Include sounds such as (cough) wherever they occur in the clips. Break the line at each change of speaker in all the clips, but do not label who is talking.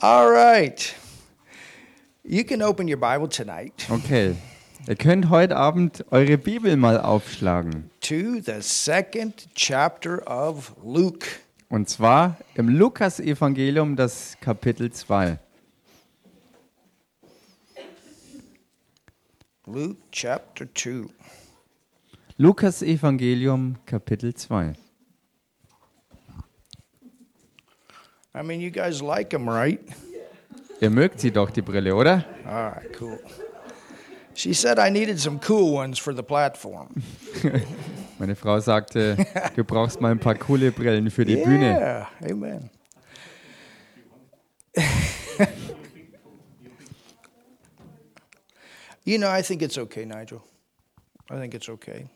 All right. You can open your Bible tonight
Okay. Ihr könnt heute Abend eure Bibel mal aufschlagen.
to the second chapter of Luke.
Und zwar im Lukas-Evangelium, das Kapitel 2.
Luke chapter 2.
Lukas-Evangelium, Kapitel 2.
I mean, you guys like them, right?
Ihr mögt sie doch, die Brille, oder?
All right, cool. She said I needed some cool ones for the platform.
Meine Frau sagte, du brauchst mal ein paar coole Brillen für die Bühne.
Yeah, amen. (laughs) you know, I think it's okay, Nigel. I think it's okay.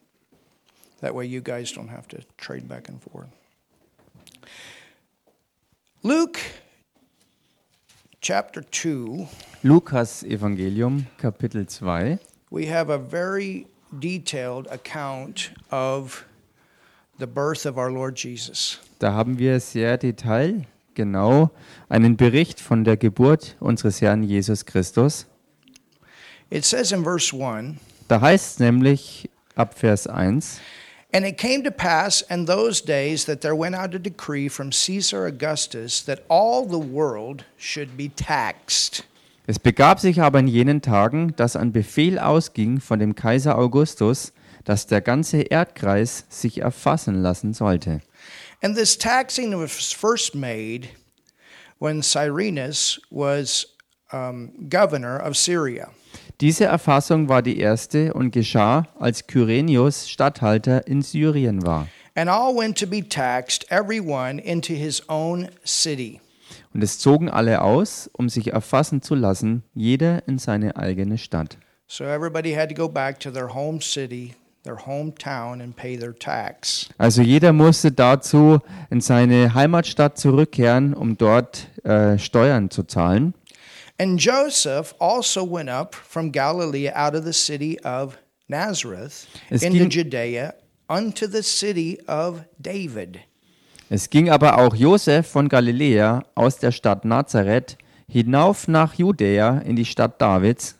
That way you guys don't have to trade back and forth. Luke chapter 2,
Lukas-Evangelium, Kapitel 2.
we have a very detailed account of the birth of our Lord Jesus.
Da haben wir sehr detailgenau einen Bericht von der Geburt unseres Herrn Jesus Christus.
It says in verse 1,
Da heißt es nämlich ab Vers 1,
And it came to pass in those days that there went out a decree from Caesar Augustus that all the world should be taxed.
Es begab sich aber in jenen Tagen, dass ein Befehl ausging von dem Kaiser Augustus, dass der ganze Erdkreis sich erfassen lassen sollte.
And this taxing was first made when Cyrenius was um, governor of Syria.
Diese Erfassung war die erste und geschah, als Kyrenius Statthalter in Syrien war.
And all went to be taxed, everyone into his own city.
Und es zogen alle aus, um sich erfassen zu lassen, jeder in seine eigene Stadt.
So everybody had to go back to their home city, their hometown, and pay their tax.
Also jeder musste dazu in seine Heimatstadt zurückkehren, um dort äh, Steuern zu zahlen.
And Joseph also went up from Galilee out of the city of Nazareth
Es
into
ging-
Judea unto the city of David,
Es ging aber auch Josef von Galiläa aus der Stadt Nazareth hinauf nach Judäa in die Stadt Davids,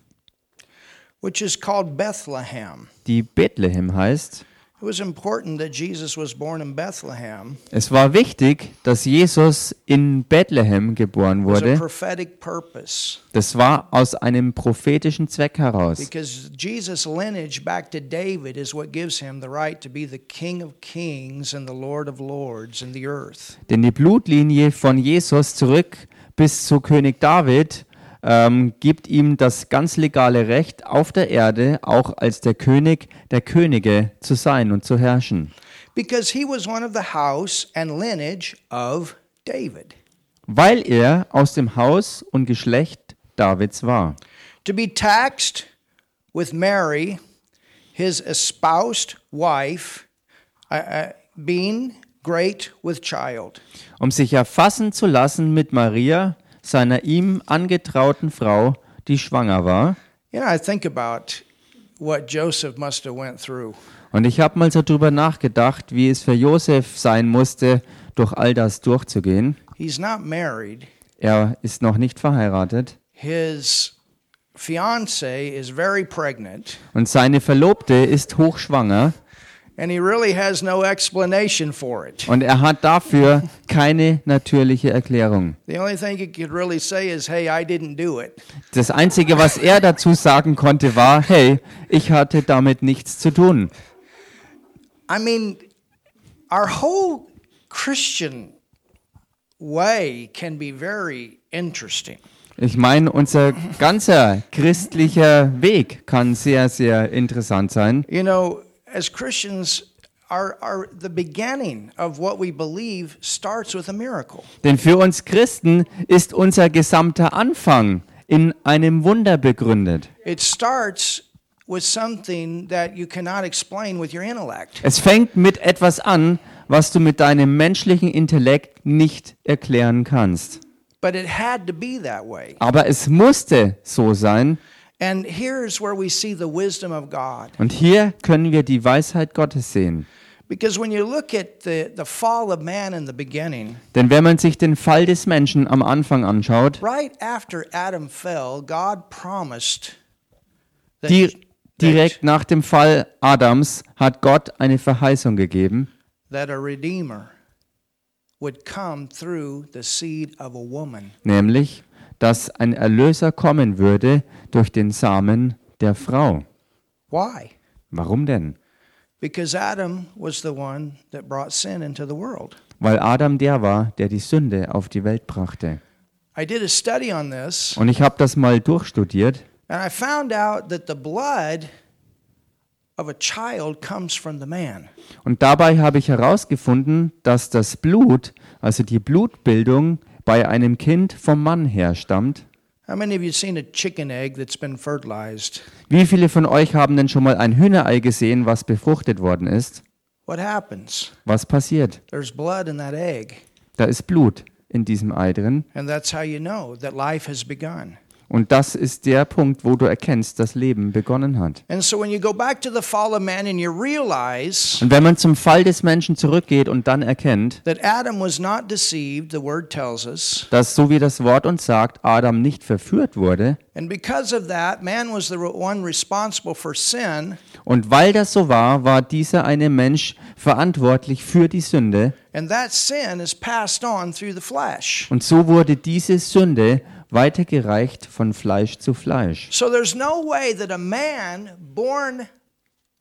which is called Bethlehem.
die Bethlehem heißt.
It was important that Jesus was born in Bethlehem.
Es war wichtig, dass Jesus in Bethlehem geboren
It was a
wurde.
prophetic purpose
Das war aus einem prophetischen Zweck heraus.
because Jesus' lineage back to David is what gives him the right to be the King of kings and the Lord of lords in the earth.
Denn die Blutlinie von Jesus zurück bis zu König David ähm, gibt ihm das ganz legale Recht, auf der Erde auch als der König der Könige zu sein und zu herrschen.
Because he was one of the house and lineage of David.
weil er aus dem Haus und Geschlecht Davids war.
to be taxed with Mary, his espoused wife, uh, uh, being great with child.
Um sich erfassen zu lassen mit Maria, seiner ihm angetrauten Frau, die schwanger war.
You know, I think about what Joseph must have went through.
Und ich habe mal so drüber nachgedacht, wie es für Josef sein musste, durch all das durchzugehen.
He's not married.
Er ist noch nicht verheiratet
His fiance is very pregnant,
und seine Verlobte ist hochschwanger
and he really has no explanation for it.
und er hat dafür keine natürliche Erklärung.
The only thing he could really say is, "Hey, I didn't do it."
Das Einzige, was er dazu sagen konnte, war, hey, ich hatte damit nichts zu tun.
I mean, our whole Christian way can be very interesting.
Ich meine, unser ganzer christlicher Weg kann sehr, sehr interessant sein.
You know, as Christians, our, our, the beginning of what we believe starts with a miracle.
Denn für uns Christen ist unser gesamter Anfang in einem Wunder begründet.
It starts with something that you cannot explain with your intellect.
Es fängt mit etwas an, was du mit deinem menschlichen Intellekt nicht erklären kannst.
But it had to be that way.
Aber es musste so sein.
And here's where we see the wisdom of God.
Und hier können wir die Weisheit Gottes sehen.
Because when you look at the, the fall of man in the beginning,
Denn wenn man sich den Fall des Menschen am Anfang anschaut,
right after Adam fell, God promised that,
di
that,
direkt nach dem Fall Adams hat Gott eine Verheißung gegeben,
that a redeemer would come through the seed of a woman.
nämlich, dass ein Erlöser kommen würde durch den Samen der Frau.
Why?
Warum denn?
Because Adam was the one that brought sin into the world.
Weil Adam der war, der die Sünde auf die Welt brachte.
I did a study on this,
Und ich habe das mal durchstudiert
and I found out that the blood of a child comes from the man.
und dabei habe ich herausgefunden, dass das Blut, also die Blutbildung bei einem Kind vom Mann herstammt.
How many of you seen a chicken egg that's been fertilized?
Wie viele von euch haben denn schon mal ein Hühnerei gesehen, was befruchtet worden ist?
What happens?
Was passiert?
There's blood in that egg,
Da ist Blut in diesem Ei drin
and that's how you know that life has begun.
und das ist der Punkt, wo du erkennst, dass Leben begonnen hat.
And so when you go back to the fall of man and you realize
Und wenn man zum Fall des Menschen zurückgeht und dann erkennt,
that Adam was not deceived, the word tells us,
dass so wie das Wort uns sagt, Adam nicht verführt wurde
and because of that, man was the one responsible for sin,
und weil das so war, war dieser eine Mensch verantwortlich für die Sünde
and that sin is passed on through the flesh.
und so wurde diese Sünde weitergereicht von Fleisch zu Fleisch.
So there's no way that a man born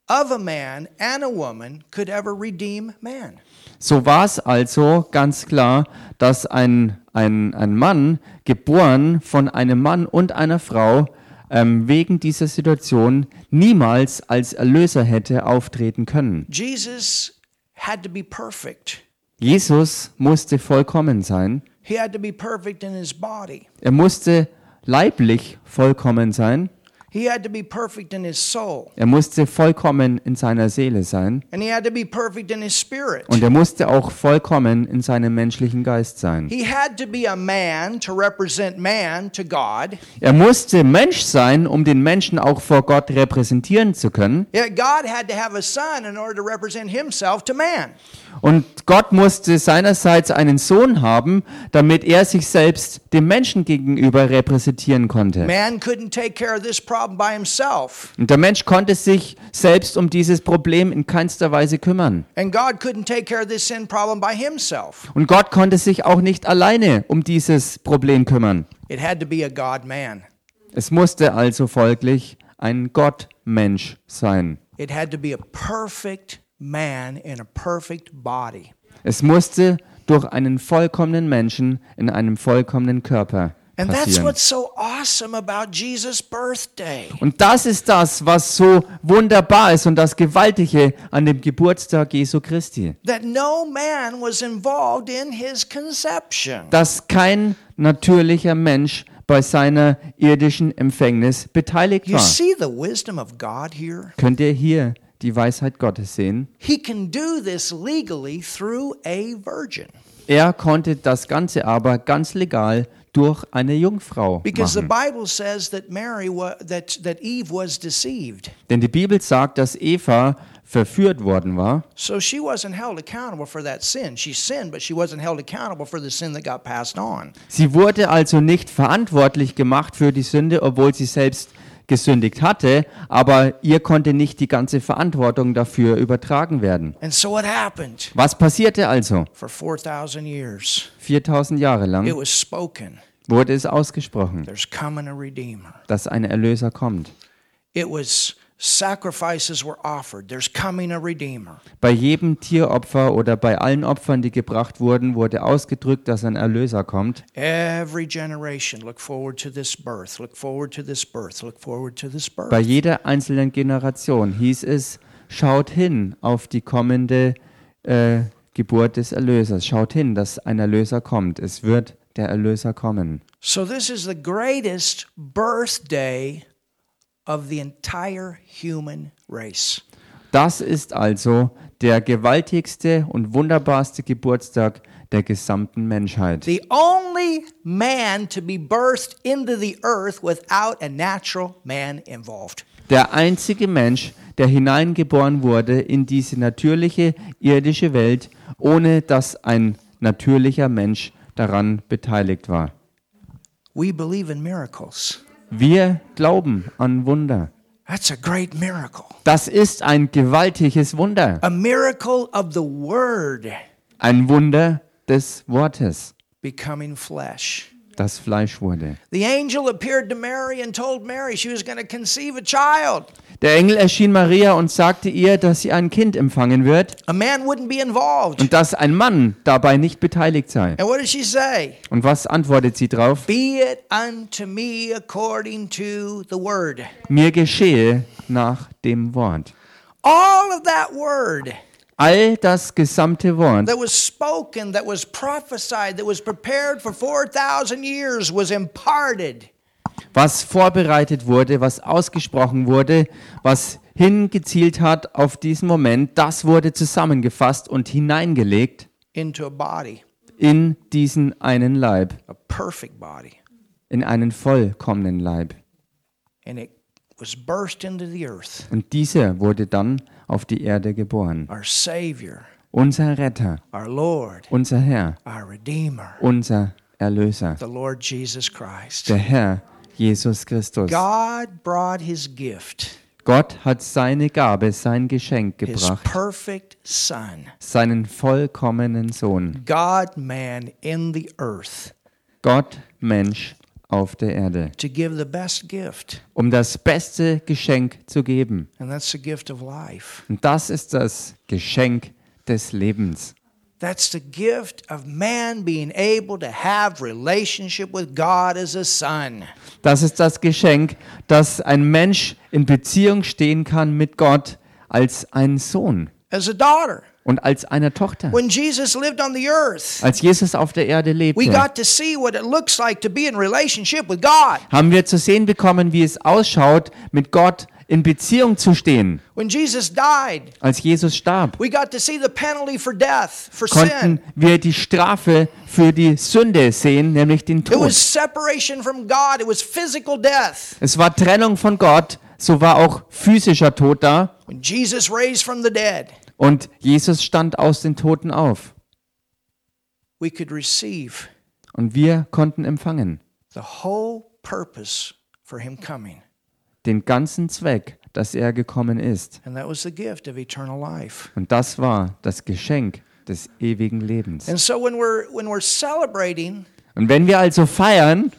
of a man and a woman could ever redeem man.
So war es also ganz klar, dass ein, ein, ein Mann, geboren von einem Mann und einer Frau, ähm, wegen dieser Situation niemals als Erlöser hätte auftreten können.
Jesus had to be perfect.
Jesus musste vollkommen sein.
He had to be perfect in his body.
Er musste leiblich vollkommen sein.
He had to be perfect in his soul.
Er musste vollkommen in seiner Seele sein.
And he had to be perfect in his spirit.
Und er musste auch vollkommen in seinem menschlichen Geist sein.
He had to be a man to represent man to God.
Er musste Mensch sein, um den Menschen auch vor Gott repräsentieren zu können.
Yet God had to have a son in order to represent himself to man.
Und Gott musste seinerseits einen Sohn haben, damit er sich selbst dem Menschen gegenüber repräsentieren konnte.
Man couldn't take care of this problem by himself,
Und der Mensch konnte sich selbst um dieses Problem in keinster Weise kümmern.
and God couldn't take care of this sin problem by himself.
Und Gott konnte sich auch nicht alleine um dieses Problem kümmern.
It had to be a God man,
Es musste also folglich ein Gottmensch sein.
it had to be a perfect man in a perfect body.
Es musste durch einen vollkommenen Menschen in einem vollkommenen Körper
And that's
passieren.
what's so awesome about Jesus' birthday.
Und das ist das, was so wunderbar ist und das Gewaltige an dem Geburtstag Jesu Christi.
That no man was involved in his conception.
Dass kein natürlicher Mensch bei seiner irdischen Empfängnis beteiligt
You
war.
see the wisdom of God here?
Könnt ihr hier die Weisheit Gottes sehen?
He can do this legally through a virgin
Er konnte das Ganze aber ganz legal durch eine Jungfrau
because
machen.
the Bible says that Mary wa- that that Eve was deceived.
Denn die Bibel sagt, dass Eva verführt worden war.
So she wasn't held accountable for that sin. She sinned, but she wasn't held accountable for the sin that got passed on.
Sie wurde also nicht verantwortlich gemacht für die Sünde, obwohl sie selbst gesündigt hatte, aber ihr konnte nicht die ganze Verantwortung dafür übertragen werden.
And so what happened?
Was passierte also?
For 4000 years,
4000 Jahre
it
lang
was spoken,
wurde es ausgesprochen,
there's coming a redeemer.
dass ein Erlöser kommt.
It was sacrifices were offered, there's coming a redeemer.
Bei jedem Tieropfer oder bei allen Opfern, die gebracht wurden, wurde ausgedrückt, dass ein Erlöser kommt.
Every generation look forward to this birth, look forward to this birth, look forward to this birth.
Bei jeder einzelnen Generation hieß es, schaut hin auf die kommende äh, Geburt des Erlösers. Schaut hin, dass ein Erlöser kommt. Es wird der Erlöser kommen.
So, this is the greatest birthday of the entire human race.
Das ist also der gewaltigste und wunderbarste Geburtstag der gesamten Menschheit.
The only man to be birthed into the earth without a natural man involved.
Der einzige Mensch, der hineingeboren wurde in diese natürliche irdische Welt, ohne dass ein natürlicher Mensch daran beteiligt war.
We believe in miracles.
Wir glauben an Wunder.
That's a great miracle.
Das ist ein gewaltiges Wunder,
A miracle of the Word
ein Wunder des Wortes,
becoming flesh.
das Fleisch wurde.
The angel appeared to Mary and told Mary she was going to conceive a child.
Der Engel erschien Maria und sagte ihr, dass sie ein Kind empfangen wird
A man wouldn't be involved.
und dass ein Mann dabei nicht beteiligt sei.
And what did she say?
Und was antwortet sie drauf?
Be it unto me according to the Word.
Mir geschehe nach dem Wort.
All of that Word
All das gesamte Wort,
that was spoken, that was prophesied, that was prepared for 4,000 years was imparted
was vorbereitet wurde, was ausgesprochen wurde, was hingezielt hat auf diesen Moment, das wurde zusammengefasst und hineingelegt
into a body,
in diesen einen Leib,
a perfect body.
in einen vollkommenen Leib.
And it was burst into the earth.
Und dieser wurde dann auf die Erde geboren.
Our Savior,
Unser Retter,
our Lord,
unser Herr,
our Redeemer,
unser Erlöser,
the Lord Jesus Christ.
der Herr Jesus Christus.
God brought his gift,
Gott hat seine Gabe, sein Geschenk
his
gebracht,
perfect Son,
seinen vollkommenen Sohn,
God man in the earth,
Gott Mensch auf der Erde,
to give the best gift.
um das beste Geschenk zu geben.
And that's the gift of life.
Und das ist das Geschenk des Lebens.
That's the gift of man being able to have relationship with God as a son.
Das ist das Geschenk, dass ein Mensch in Beziehung stehen kann mit Gott als ein Sohn
as a daughter.
und als eine Tochter.
When Jesus lived on the earth,
Als Jesus auf der Erde
we
lebte,
got to see what it looks like to be in relationship with God.
haben wir zu sehen bekommen, wie es ausschaut, mit Gott in Beziehung zu stehen.
When Jesus died,
Als Jesus starb,
we got to see the penalty for death, for
konnten
sin.
wir die Strafe für die Sünde sehen, nämlich den
It was
Tod.
separation from God, it was physical death.
Es war Trennung von Gott, so war auch physischer Tod da
When Jesus raised from the dead,
und Jesus stand aus den Toten auf
we could receive
und wir konnten empfangen
the whole purpose for him coming.
den ganzen Zweck, dass er gekommen ist.
And that was the gift of eternal life.
Und das war das Geschenk des ewigen Lebens.
And so when we're when we're celebrating,
Und wenn wir also feiern,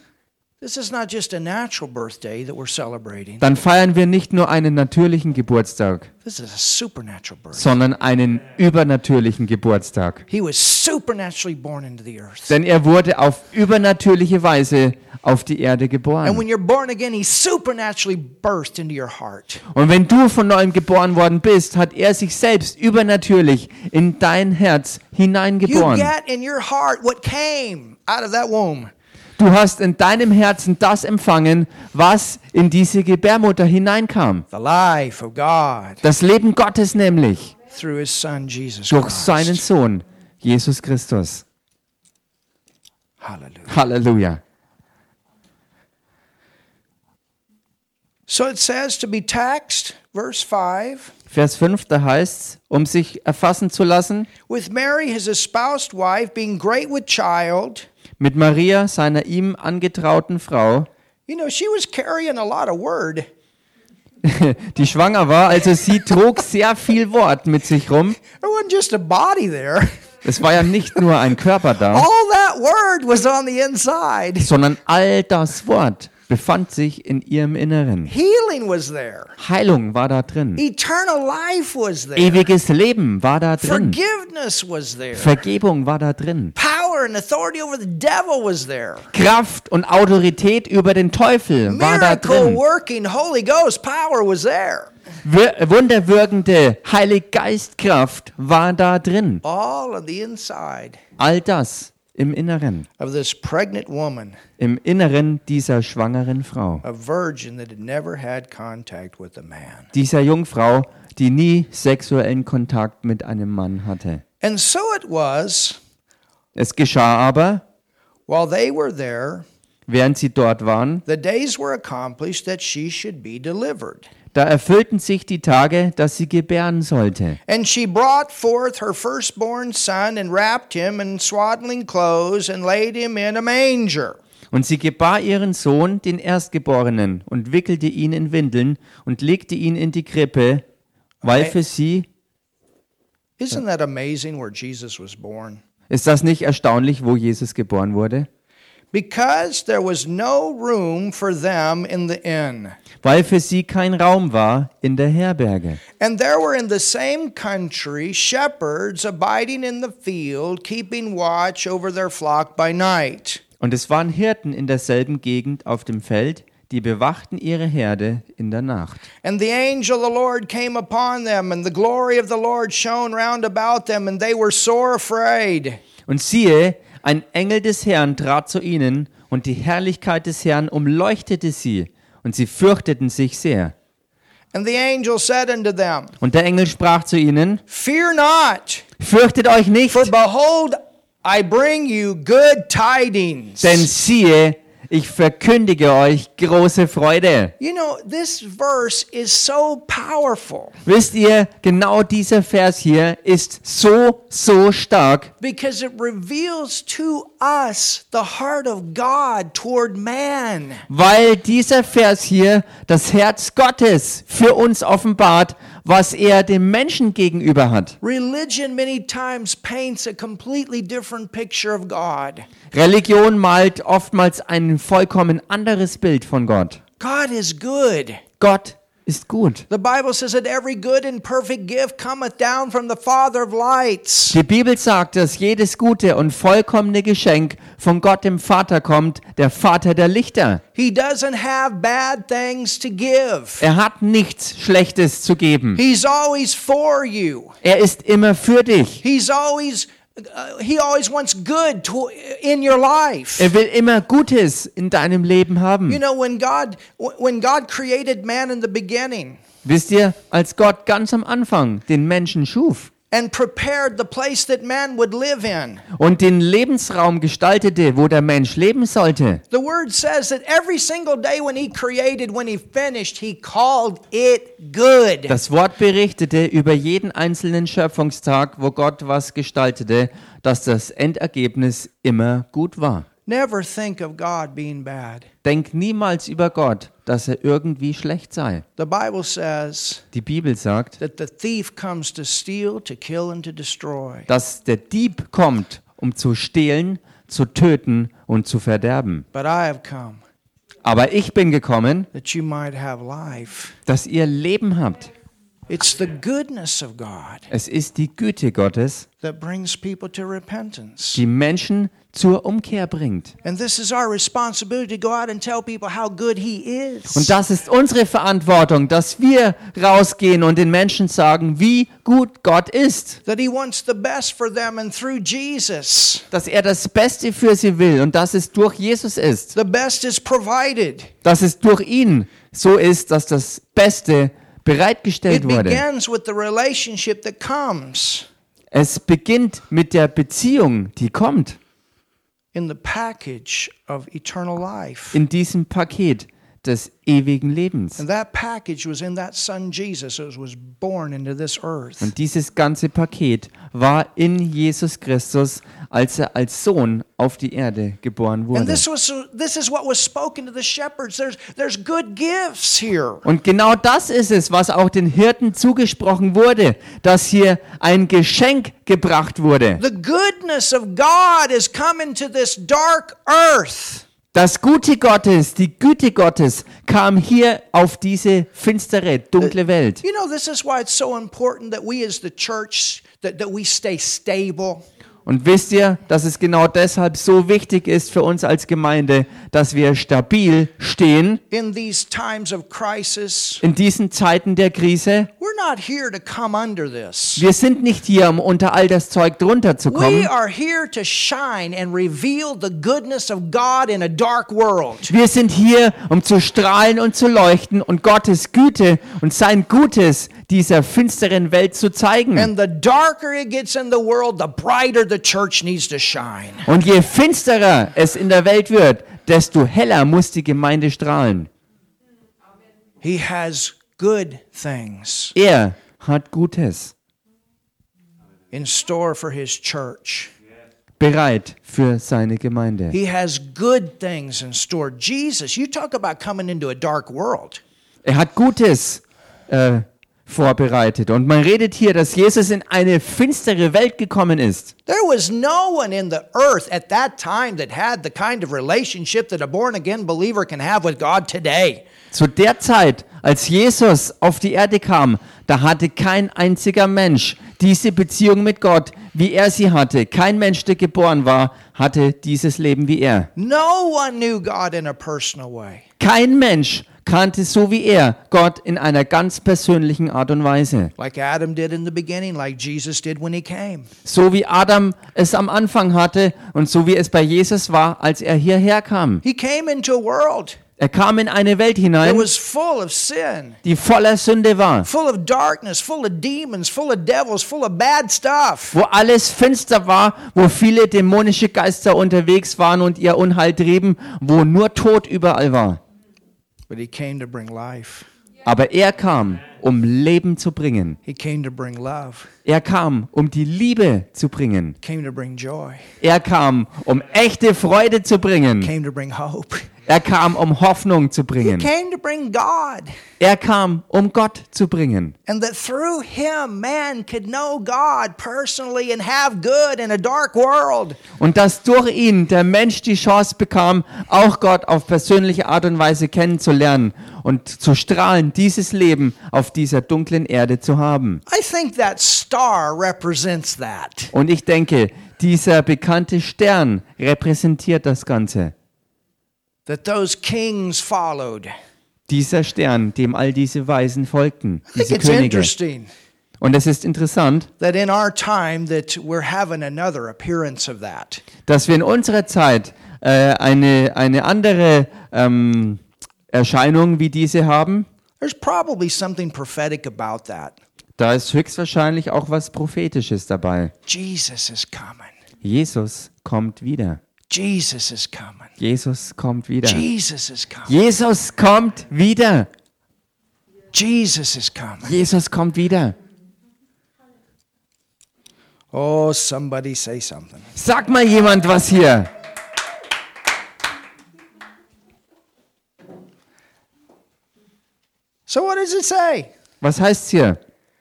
this is not just a natural birthday that we're celebrating.
dann feiern wir nicht nur einen natürlichen Geburtstag,
This is a supernatural birth.
sondern einen übernatürlichen Geburtstag.
He was supernaturally born into the earth.
Denn er wurde auf übernatürliche Weise auf die Erde
And
geboren.
when you're born again, he supernaturally burst into your heart.
Und wenn du von neuem geboren worden bist, hat er sich selbst übernatürlich in dein Herz
You
hineingeboren.
get in your heart what came out of that womb.
Du hast in deinem Herzen das empfangen, was in diese Gebärmutter hineinkam.
The life of God
Das Leben Gottes nämlich
through his son Jesus
durch seinen
Christ.
Sohn, Jesus Christus.
Hallelujah.
Halleluja.
So it says to be taxed, verse 5.
Vers 5, da heißt es, um sich erfassen zu lassen,
With Mary, his espoused wife, being great with child.
mit Maria, seiner ihm angetrauten Frau,
You know, she was carrying a lot of word.
die schwanger war, also sie trug sehr viel Wort mit sich rum.
There wasn't just a body there.
Es war ja nicht nur ein Körper da,
All that word was on the inside.
sondern all das Wort befand sich in ihrem Inneren.
Healing was there.
Heilung war da drin.
Eternal life was there.
Ewiges Leben war da drin.
Forgiveness was there.
Vergebung war da drin.
Power and authority over the devil was there.
Kraft und Autorität über den Teufel war da
Miracle
drin.
working Holy Ghost power was there.
Wir- Wunderwirkende Heiliggeistkraft war da drin.
All on the inside
All das im Inneren,
of this pregnant woman,
im Inneren dieser schwangeren Frau,
a virgin that had never had contact with a man.
dieser Jungfrau, die nie sexuellen Kontakt mit einem Mann hatte.
And so it was
Es geschah aber,
while they were there,
Während sie dort waren,
The days were accomplished that she should be delivered.
da erfüllten sich die Tage, dass sie gebären sollte.
And she brought forth her firstborn son and wrapped him in swaddling clothes and laid him in a manger.
Und sie gebar ihren Sohn, den Erstgeborenen, und wickelte ihn in Windeln und legte ihn in die Krippe, weil
Okay.
für sie,
Isn't that amazing where Jesus was born?
ist das nicht erstaunlich, wo Jesus geboren wurde?
Because there was no room for them in the inn.
Weil für sie kein Raum war in der Herberge.
And there were in the same country shepherds abiding in the field, keeping watch over their flock by night.
Und es waren Hirten in derselben Gegend auf dem Feld, die bewachten ihre Herde in der Nacht.
And the angel of the Lord came upon them, and the glory of the Lord shone round about them, and they were sore afraid.
Und siehe, ein Engel des Herrn trat zu ihnen, und die Herrlichkeit des Herrn umleuchtete sie, und sie fürchteten sich sehr.
And the angel said unto them,
Und der Engel sprach zu ihnen,
Fear not,
Fürchtet euch nicht,
for behold, I bring you good tidings.
denn siehe, ich verkündige euch große Freude.
you know, this verse is so powerful
Wisst ihr, genau dieser Vers hier ist so, so stark,
because it reveals to us the heart of God toward man.
weil dieser Vers hier das Herz Gottes für uns offenbart, was er dem Menschen gegenüber hat.
Religion many times paints a completely different picture of God.
Religion malt oftmals ein vollkommen anderes Bild von Gott.
God is good.
Gott ist gut.
The Bible says that every good and perfect gift cometh down from the Father of lights.
Die Bibel sagt, dass jedes gute und vollkommene Geschenk von Gott dem Vater kommt, der Vater der Lichter.
He doesn't have bad things to give.
Er hat nichts Schlechtes zu geben.
He's always for you.
Er ist immer für dich.
He's always uh, he always wants good to, in your life.
Er will immer Gutes in deinem Leben
you
haben.
know when God when God created man in the beginning
Wisst ihr, als Gott ganz am Anfang den Menschen schuf
and prepared the place that man would live in.
und den Lebensraum gestaltete, wo der Mensch leben sollte,
The word says that every single day when he created, when he finished, he called it good.
Das Wort berichtete über jeden einzelnen Schöpfungstag, wo Gott was gestaltete, dass das Endergebnis immer gut war.
Never think of God being bad.
Denk niemals über Gott, dass er irgendwie schlecht sei.
The Bible says
Die Bibel sagt,
that the thief comes to steal, to kill, and to destroy.
dass der Dieb kommt, um zu stehlen, zu töten und zu verderben.
But I have come
Aber ich bin gekommen,
that you might have life.
dass ihr Leben habt.
It's the goodness of God
Es ist die Güte Gottes,
that brings people to repentance.
die Menschen zur Umkehr bringt.
And this is our responsibility to go out and tell people how good He
Und
is.
das ist unsere Verantwortung, dass wir rausgehen und den Menschen sagen, wie gut Gott ist,
That He wants the best for them, and through Jesus,
dass er das Beste für sie will und dass es durch Jesus ist,
the best is provided.
dass es durch ihn so ist, dass das Beste
It
bereitgestellt wurde.
begins with the relationship that comes
Es beginnt mit der Beziehung, die kommt
in the package of eternal life.
in diesem Paket des ewigen Lebens.
And that package was in that son Jesus who was born into this earth.
Und dieses ganze Paket war in Jesus Christus, als er als Sohn auf die Erde geboren
And
wurde.
this was this is what was spoken to the shepherds. There's there's good gifts here.
Und genau das ist es, was auch den Hirten zugesprochen wurde, dass hier ein Geschenk gebracht wurde.
The goodness of God is coming to this dark earth.
Das Gute Gottes, die Güte Gottes kam hier auf diese finstere, dunkle Welt.
You know, this is why it's so important that we as the church that, that we stay stable.
Und wisst ihr, dass es genau deshalb so wichtig ist für uns als Gemeinde, dass wir stabil stehen
In these times of crisis,
in diesen Zeiten der Krise.
we're not here to come under this.
Wir sind nicht hier, um unter all das Zeug drunter zu
We
kommen.
are here to shine and reveal the goodness of God in a dark world.
Wir sind hier, um zu strahlen und zu leuchten und Gottes Güte und sein Gutes dieser finsteren Welt zu zeigen.
And the darker it gets in the world, the brighter the church needs to shine.
Und je finsterer es in der Welt wird, desto heller muss die Gemeinde strahlen.
He has good things
Er hat Gutes
in store for his church.
bereit für seine Gemeinde.
He has good things in store. Jesus, you talk about coming into a dark world.
Er hat Gutes äh, vorbereitet. Und man redet hier, dass Jesus in eine finstere Welt gekommen ist.
There was no one in the earth at that time that had the kind of relationship that a born again believer can have with God today.
Zu der Zeit, als Jesus auf die Erde kam, da hatte kein einziger Mensch diese Beziehung mit Gott, wie er sie hatte. Kein Mensch, der geboren war, hatte dieses Leben wie er.
No one knew God in a personal way.
Kein Mensch kannte so wie er Gott in einer ganz persönlichen Art und Weise.
like Adam did in the beginning, like Jesus did when he came.
So wie Adam es am Anfang hatte und so wie es bei Jesus war, als er hierher kam.
He came into a world
Er kam in eine Welt
that
hinein,
was full of sin,
die voller Sünde war,
full of darkness, full of demons, full of devils, full of bad stuff.
wo alles finster war, wo viele dämonische Geister unterwegs waren und ihr Unheil trieben, wo nur Tod überall war.
But he came to bring life.
Aber er kam, um Leben zu bringen.
He came to bring love.
Er kam, um die Liebe zu bringen.
Came to bring joy.
Er kam, um echte Freude zu bringen.
Came to bring hope.
Er kam, um Hoffnung zu bringen.
Came to bring God.
Er kam, um Gott zu bringen.
And that through him man could know God personally and have good in a dark world.
Und dass durch ihn der Mensch die Chance bekam, auch Gott auf persönliche Art und Weise kennenzulernen und zu strahlen, dieses Leben auf dieser dunklen Erde zu haben.
I think that star represents that.
Und ich denke, dieser bekannte Stern repräsentiert das Ganze.
That those kings followed.
Dieser Stern, dem all diese Weisen
I
folgten,
think
diese
it's
Könige.
interesting
Und es ist interessant,
that in our time that we're having another appearance of that.
dass wir in unserer Zeit äh, eine, eine andere ähm, Erscheinung wie diese haben.
There's probably something prophetic about that.
Da ist höchstwahrscheinlich auch was Prophetisches dabei.
Jesus is coming.
Jesus kommt wieder.
Jesus is coming.
Jesus kommt wieder.
Jesus is coming.
Jesus kommt wieder.
Jesus is coming.
Jesus kommt wieder.
Oh, somebody say something.
Sag mal jemand was hier.
So what does it say?
Was heißt's hier?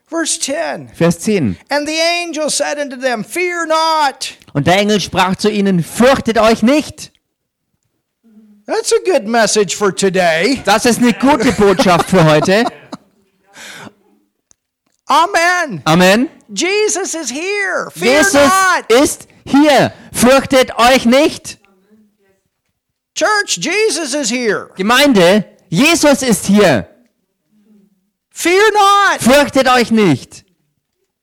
Verse 10.
Vers 10.
And the angel said unto them, Fear not.
Und der Engel sprach zu ihnen: Fürchtet euch nicht.
That's a good message for today.
Das ist eine gute Botschaft für heute.
Amen.
Amen.
Jesus is here. Fear
Jesus
not.
ist hier. Fürchtet euch nicht.
Church, Jesus is here.
Gemeinde, Jesus ist hier.
Fear not.
Fürchtet euch nicht.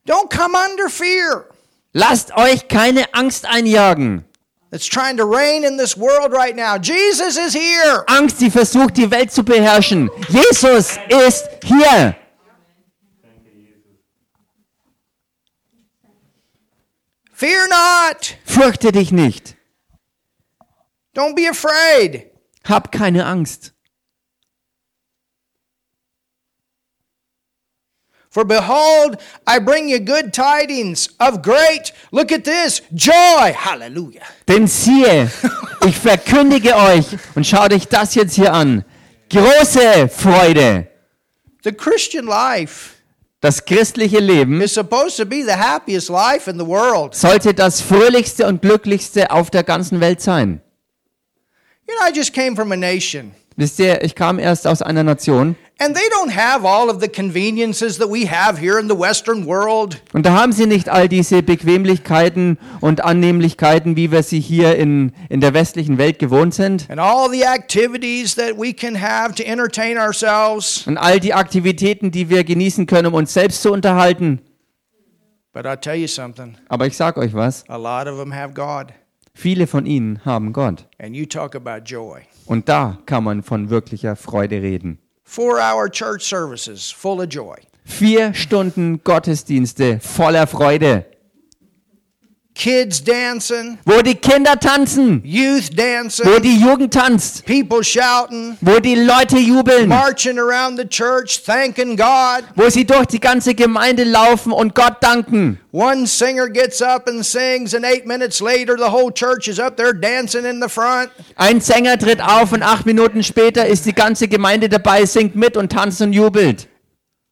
Don't come under fear.
Lasst euch keine Angst einjagen.
that's trying to reign in this world right now. Jesus is here.
Angst, die versucht, die Welt zu beherrschen. Jesus ist hier.
Fear not.
Fürchte dich nicht.
Don't be afraid.
Hab keine Angst.
For behold, I bring you good tidings of great, look at this, joy. Hallelujah.
Denn siehe, ich verkündige euch und schau dich das jetzt hier an. Große Freude.
The Christian life
Das christliche Leben
is supposed to be the happiest life in the world.
sollte das fröhlichste und glücklichste auf der ganzen Welt sein.
You know, I just came from a nation,
Wisst ihr, ich kam erst aus einer Nation
and they don't have all of the conveniences that we have here in the Western world.
und da haben sie nicht all diese Bequemlichkeiten und Annehmlichkeiten, wie wir sie hier in, in der westlichen Welt gewohnt sind.
And all the activities that we can have to entertain ourselves.
und all die Aktivitäten, die wir genießen können, um uns selbst zu unterhalten.
But I'll tell you something
Aber ich sag euch was,
a lot of them have God.
viele von ihnen haben Gott.
And you talk about joy.
Und da kann man von wirklicher Freude reden.
Four hour church services full of joy.
Vier Stunden Gottesdienste voller Freude.
kids dancing,
wo die Kinder tanzen,
youth dancing,
wo die Jugend tanzt,
people shouting,
wo die Leute jubeln,
marching around the church, thanking God.
wo sie durch die ganze Gemeinde laufen und Gott danken.
One singer gets up and sings, and eight minutes later, the whole church is up there dancing in the front.
Ein Sänger tritt auf und acht Minuten später ist die ganze Gemeinde dabei, singt mit und tanzt und jubelt.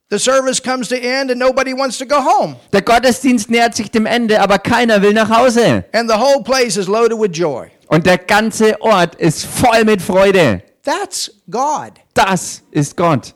The service comes to end, and nobody wants to go home.
Der Gottesdienst nähert sich dem Ende, aber keiner will nach Hause.
And the whole place is loaded with joy.
Und der ganze Ort ist voll mit Freude.
That's God.
Das ist Gott.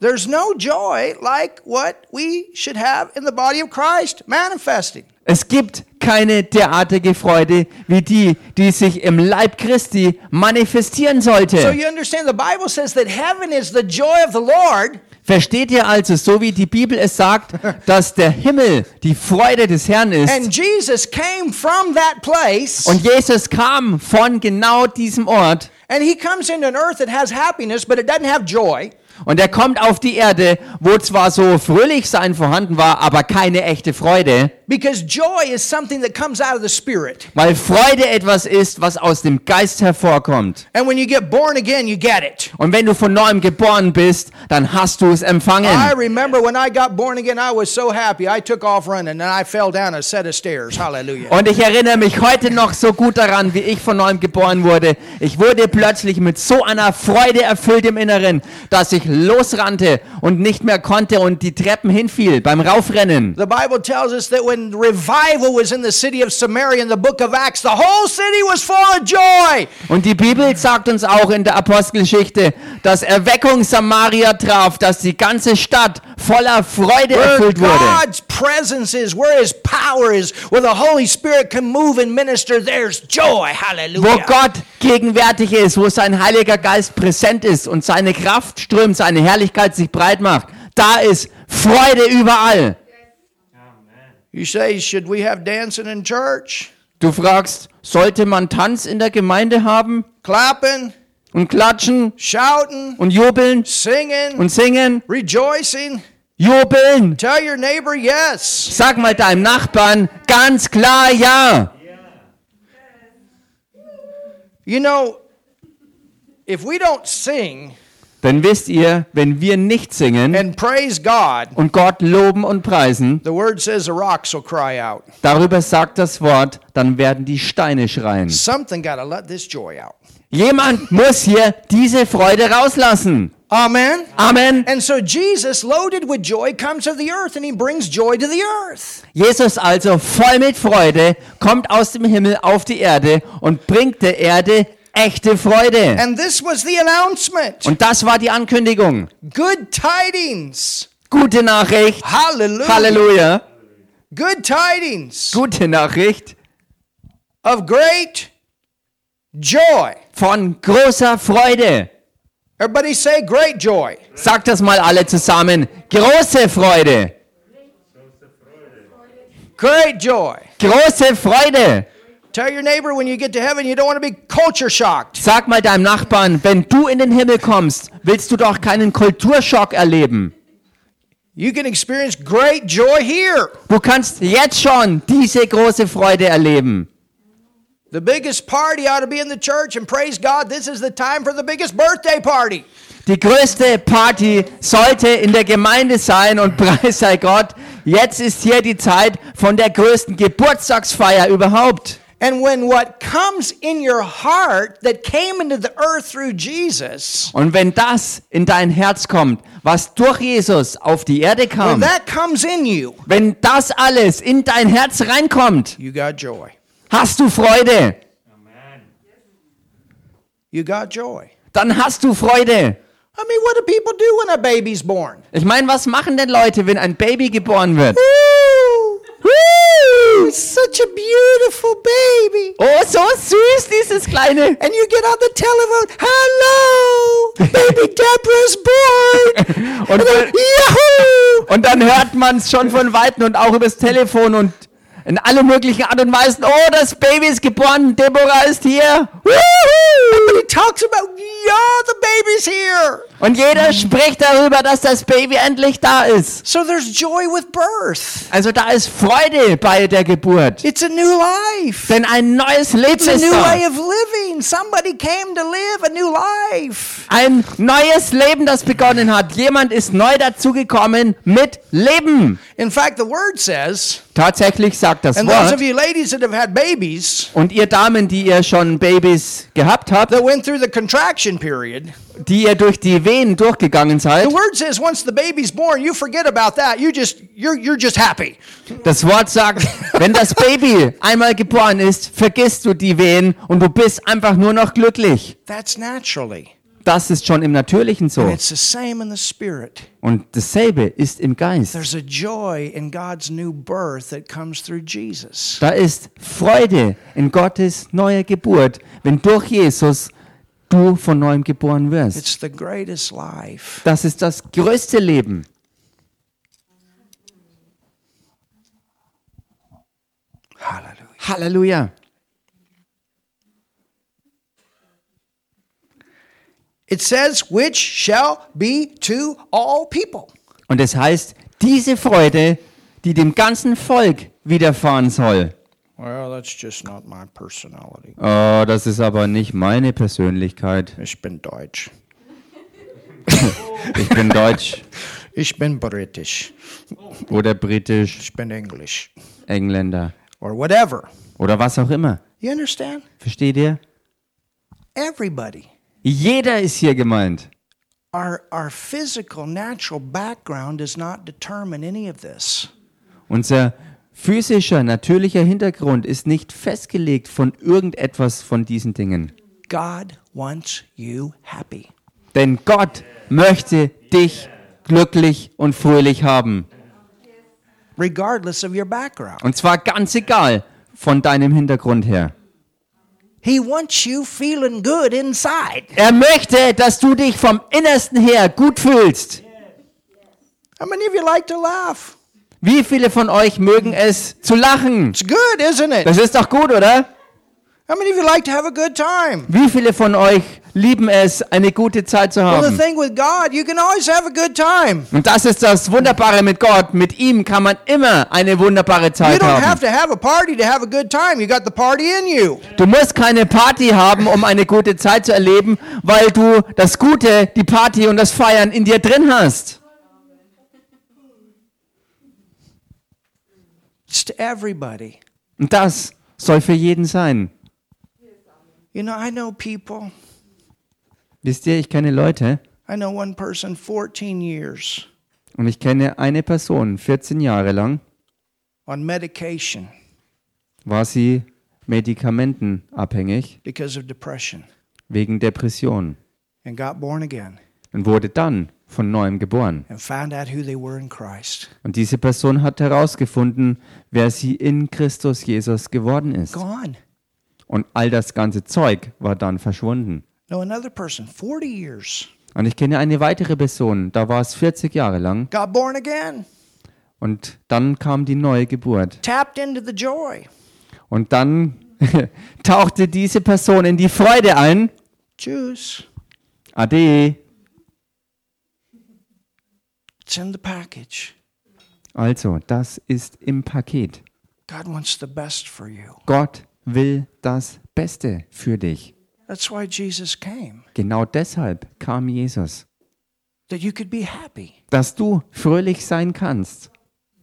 There's no joy like what we should have in the body of Christ manifesting.
Es gibt keine derartige Freude wie die, die sich im Leib Christi manifestieren
So
sollte.
you understand the Bible says that heaven is the joy of the Lord,
Versteht ihr also, so wie die Bibel
(laughs)
es sagt, dass der Himmel die Freude des Herrn ist?
and Jesus came from that place,
Und Jesus kam von genau diesem Ort
and he comes into an earth that has happiness, but it doesn't have joy.
und er kommt auf die Erde, wo zwar so fröhlich sein vorhanden war, aber keine echte Freude,
Because joy is something that comes out of the spirit.
weil Freude etwas ist, was aus dem Geist hervorkommt.
And when you get born again, you get it.
Und wenn du von neuem geboren bist, dann hast du es
I
empfangen.
remember when I got born again, I was so happy. I took off running and I fell down a set of stairs. Hallelujah.
Und ich erinnere mich heute noch so gut daran, wie ich von neuem geboren wurde. Ich wurde plötzlich mit so einer Freude erfüllt im Inneren, dass ich losrannte und nicht mehr konnte und die Treppen hinfiel beim Raufrennen.
The Bible tells us that when revival was in the city of Samaria in the book of Acts, the whole city was full of joy.
Und die Bibel sagt uns auch in der Apostelgeschichte, dass Erweckung Samaria traf, dass die ganze Stadt voller Freude
Where
erfüllt wurde.
God's presence is, where His power is, where the Holy Spirit can move and minister, there's joy.
Wo
Hallelujah.
Gott gegenwärtig ist, wo sein Heiliger Geist präsent ist und seine Kraft strömt, seine Herrlichkeit sich breit macht, da ist Freude überall.
You say, should we have dancing in church?
Du fragst, sollte man Tanz in der Gemeinde haben
Clapping,
und klatschen
shouting,
und jubeln
singing,
und singen?
rejoicing.
Jubeln!
Tell your neighbor yes.
Sag mal deinem Nachbarn ganz klar ja.
You know, if we don't sing
Denn wisst ihr, wenn wir nicht singen
and praise God,
und Gott loben und preisen,
the word says the rocks will cry out.
darüber sagt das Wort, dann werden die Steine schreien.
Something got to let this joy out.
Jemand muss hier diese Freude rauslassen.
Amen.
Amen.
And so Jesus, loaded with joy, comes to the earth and he brings joy to the earth.
Jesus also voll mit Freude kommt aus dem Himmel auf die Erde und bringt der Erde echte Freude.
And this was the announcement.
Und das war die Ankündigung.
Good tidings.
Gute Nachricht.
Hallelujah.
Halleluja.
Good tidings
Gute Nachricht
of great joy.
von großer Freude.
Everybody say great joy.
Sagt das mal alle zusammen. Große Freude.
Great joy.
Große Freude.
Tell your neighbor when you get to heaven, you don't want to be culture shocked.
Sag mal deinem Nachbarn, wenn du in den Himmel kommst, willst du doch keinen Kulturschock erleben.
You can experience great joy here.
Du kannst jetzt schon diese große Freude erleben.
The biggest party ought to be in the church, and praise God, this is the time for the biggest birthday party.
Die größte Party sollte in der Gemeinde sein und (laughs) preis sei Gott. Jetzt ist hier die Zeit von der größten Geburtstagsfeier überhaupt.
And when what comes in your heart that came into the earth through Jesus,
Und wenn das in dein Herz kommt, was durch Jesus auf die Erde
when
kam,
that comes in you,
wenn das alles in dein Herz reinkommt,
you got joy.
hast du Freude.
You got joy.
Dann hast du Freude.
I mean, what do people do when a baby's born?
Ich meine, was machen denn Leute, wenn ein Baby geboren wird?
Woo! It's such a beautiful baby.
Oh, so süß
(laughs)
dieses kleine.
And you get on the telephone, hello, baby Deborah's
(laughs)
born.
Und,
Yahoo!
und dann hört man es schon von Weitem und auch übers Telefon und in alle möglichen Art und Weisen. Oh, das Baby ist geboren, Deborah ist hier.
But he talks about, yeah, the baby's here.
Und jeder spricht darüber, dass das Baby endlich da ist.
So there's joy with birth.
Also da ist Freude bei der Geburt.
It's a new life.
Denn ein neues Leben
It's a
ist
new
da.
way of living. Somebody came to live a new life.
Ein neues Leben, das begonnen hat. Jemand ist neu dazugekommen mit Leben.
In fact, the word says,
Tatsächlich sagt das
and those of
Wort.
you ladies that have had babies
Und ihr Damen, die ihr schon Babys gehabt habt,
that went through the contraction period,
die ihr durch die Wehen durchgegangen seid,
the word says once the baby's born, you forget about that. You just you're you're just happy.
Das Wort sagt, wenn
(laughs)
das Baby einmal geboren ist, vergisst du die Wehen und du bist einfach nur noch glücklich.
That's naturally.
Das ist schon im Natürlichen so.
It's the same in the spirit.
Und dasselbe ist im Geist.
There's a joy in God's new birth that comes through Jesus.
Da ist Freude in Gottes neuer Geburt, wenn durch Jesus du von neuem geboren wirst.
It's the greatest life.
Das ist das größte Leben.
Hallelujah.
Halleluja.
It says, which shall be to all people.
Und es heißt, diese Freude, die dem ganzen Volk widerfahren soll.
Well, that's just not my personality.
Oh, das ist aber nicht meine Persönlichkeit.
Ich bin Deutsch.
Ich bin (laughs) deutsch
Ich bin britisch.
oder britisch,
Ich bin English.
Engländer
Or whatever.
oder was auch immer.
You understand?
Versteht ihr?
Everybody.
Jeder ist hier gemeint.
Our, our physical, natural background does not determine any of this.
Unser physischer, natürlicher Hintergrund ist nicht festgelegt von irgendetwas von diesen Dingen.
God wants you happy.
Denn Gott möchte dich glücklich und fröhlich haben.
regardless of your background.
Und zwar ganz egal von deinem Hintergrund her.
He wants you feeling good inside.
Er möchte, dass du dich vom Innersten her gut fühlst.
How many of you like to laugh?
Wie viele von euch mögen es zu lachen?
It's good, isn't it?
Das ist doch gut, oder?
How many of you like to have a good time?
Wie viele von euch lieben es, eine gute Zeit zu
Well, the
haben?
thing with God, you can always have a good time.
Und das ist das Wunderbare mit Gott. Mit ihm kann man immer eine wunderbare
You
Zeit
don't have
haben.
to have a party to have a good time. You got the party in you.
Du musst keine Party haben, um eine gute Zeit zu erleben, weil du das Gute, die Party und das Feiern in dir drin hast.
It's to everybody.
Und das soll für jeden sein.
You know, I know people.
Wisst ihr, ich kenne Leute
I know one person 14 years
und ich kenne eine Person, 14 Jahre lang
on medication
war sie medikamentenabhängig
because of depression
wegen Depression
and got born again
und wurde dann von neuem geboren.
and found out who they were in Christ.
Und diese Person hat herausgefunden, wer sie in Christus Jesus geworden ist.
Gone.
Und all das ganze Zeug war dann verschwunden.
No, another person, 40 years,
Und ich kenne eine weitere Person, da war es 40 Jahre lang
got born again,
und dann kam die neue Geburt.
tapped into the joy.
Und dann (laughs) tauchte diese Person in die Freude ein.
Juice.
Ade,
It's in the package.
Also, das ist im Paket.
God wants the best for you.
Gott will das Beste für dich.
That's why Jesus came,
Genau deshalb kam Jesus,
that you could be happy,
dass du fröhlich sein kannst,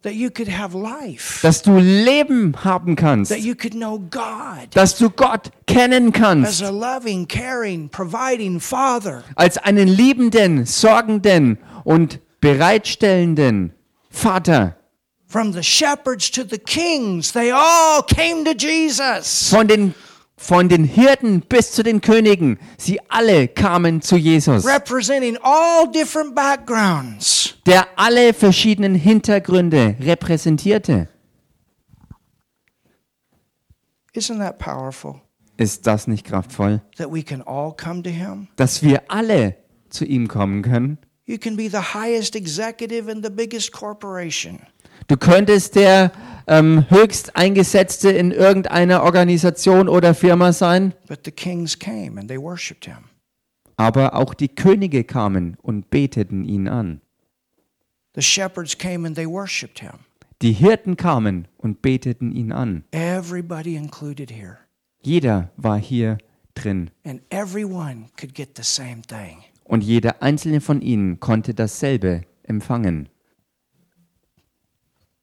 that you could have life,
dass du Leben haben kannst,
that you could know God
dass du Gott kennen
as
kannst,
a loving, caring, providing Father.
als einen liebenden, sorgenden und bereitstellenden Vater.
From the shepherds to the kings, they all came to Jesus.
Von den, von den Hirten bis zu den Königen, sie alle kamen zu Jesus,
Representing all different backgrounds.
der alle verschiedenen Hintergründe repräsentierte.
Isn't that powerful?
Ist das nicht kraftvoll,
That we can all come to Him?
dass wir alle zu ihm kommen können?
You can be the highest executive in the biggest corporation.
Du könntest der ähm, höchst eingesetzte in irgendeiner Organisation oder Firma sein,
But the kings came and they worshiped him.
Aber auch die Könige kamen und beteten ihn an.
The shepherds came and they worshiped him.
Die Hirten kamen und beteten ihn an.
Everybody included here.
Jeder war hier drin.
And everyone could get the same thing.
Und jeder einzelne von ihnen konnte dasselbe empfangen.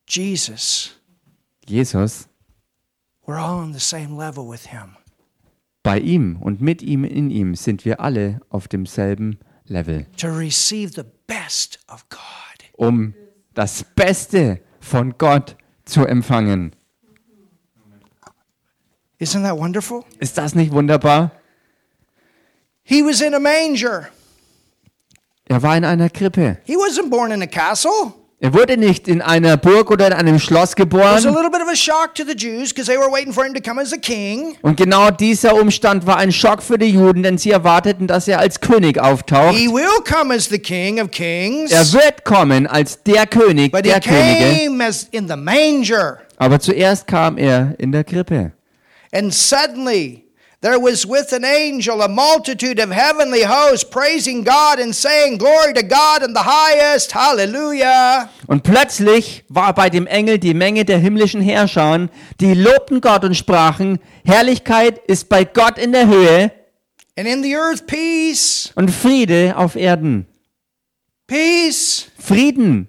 Jesus,
Jesus
we're all on the same level with him.
Bei ihm und mit ihm in ihm sind wir alle auf demselben Level,
To receive the best of God.
um das Beste von Gott zu empfangen.
Isn't that wonderful?
Ist das nicht wunderbar?
He was in a manger.
Er war in einer Krippe.
He wasn't born in a castle.
Er wurde nicht in einer Burg oder in einem Schloss
It was a
geboren.
little bit of a shock to the Jews because they were waiting for him to come as a king.
Und genau dieser Umstand war ein Schock für die Juden, denn sie erwarteten, dass er als König auftaucht.
He will come as the king of kings.
Er wird kommen als der König
But
der
he
Könige.
came as in the manger.
Aber zuerst kam er in der Krippe.
And suddenly there was with an angel a multitude of heavenly hosts praising God and saying, Glory to God in the highest, hallelujah.
Und plötzlich war bei dem Engel die Menge der himmlischen Herrscher, die lobten Gott und sprachen, Herrlichkeit ist bei Gott in der Höhe
And in the earth, peace,
und Friede auf Erden.
peace.
Frieden.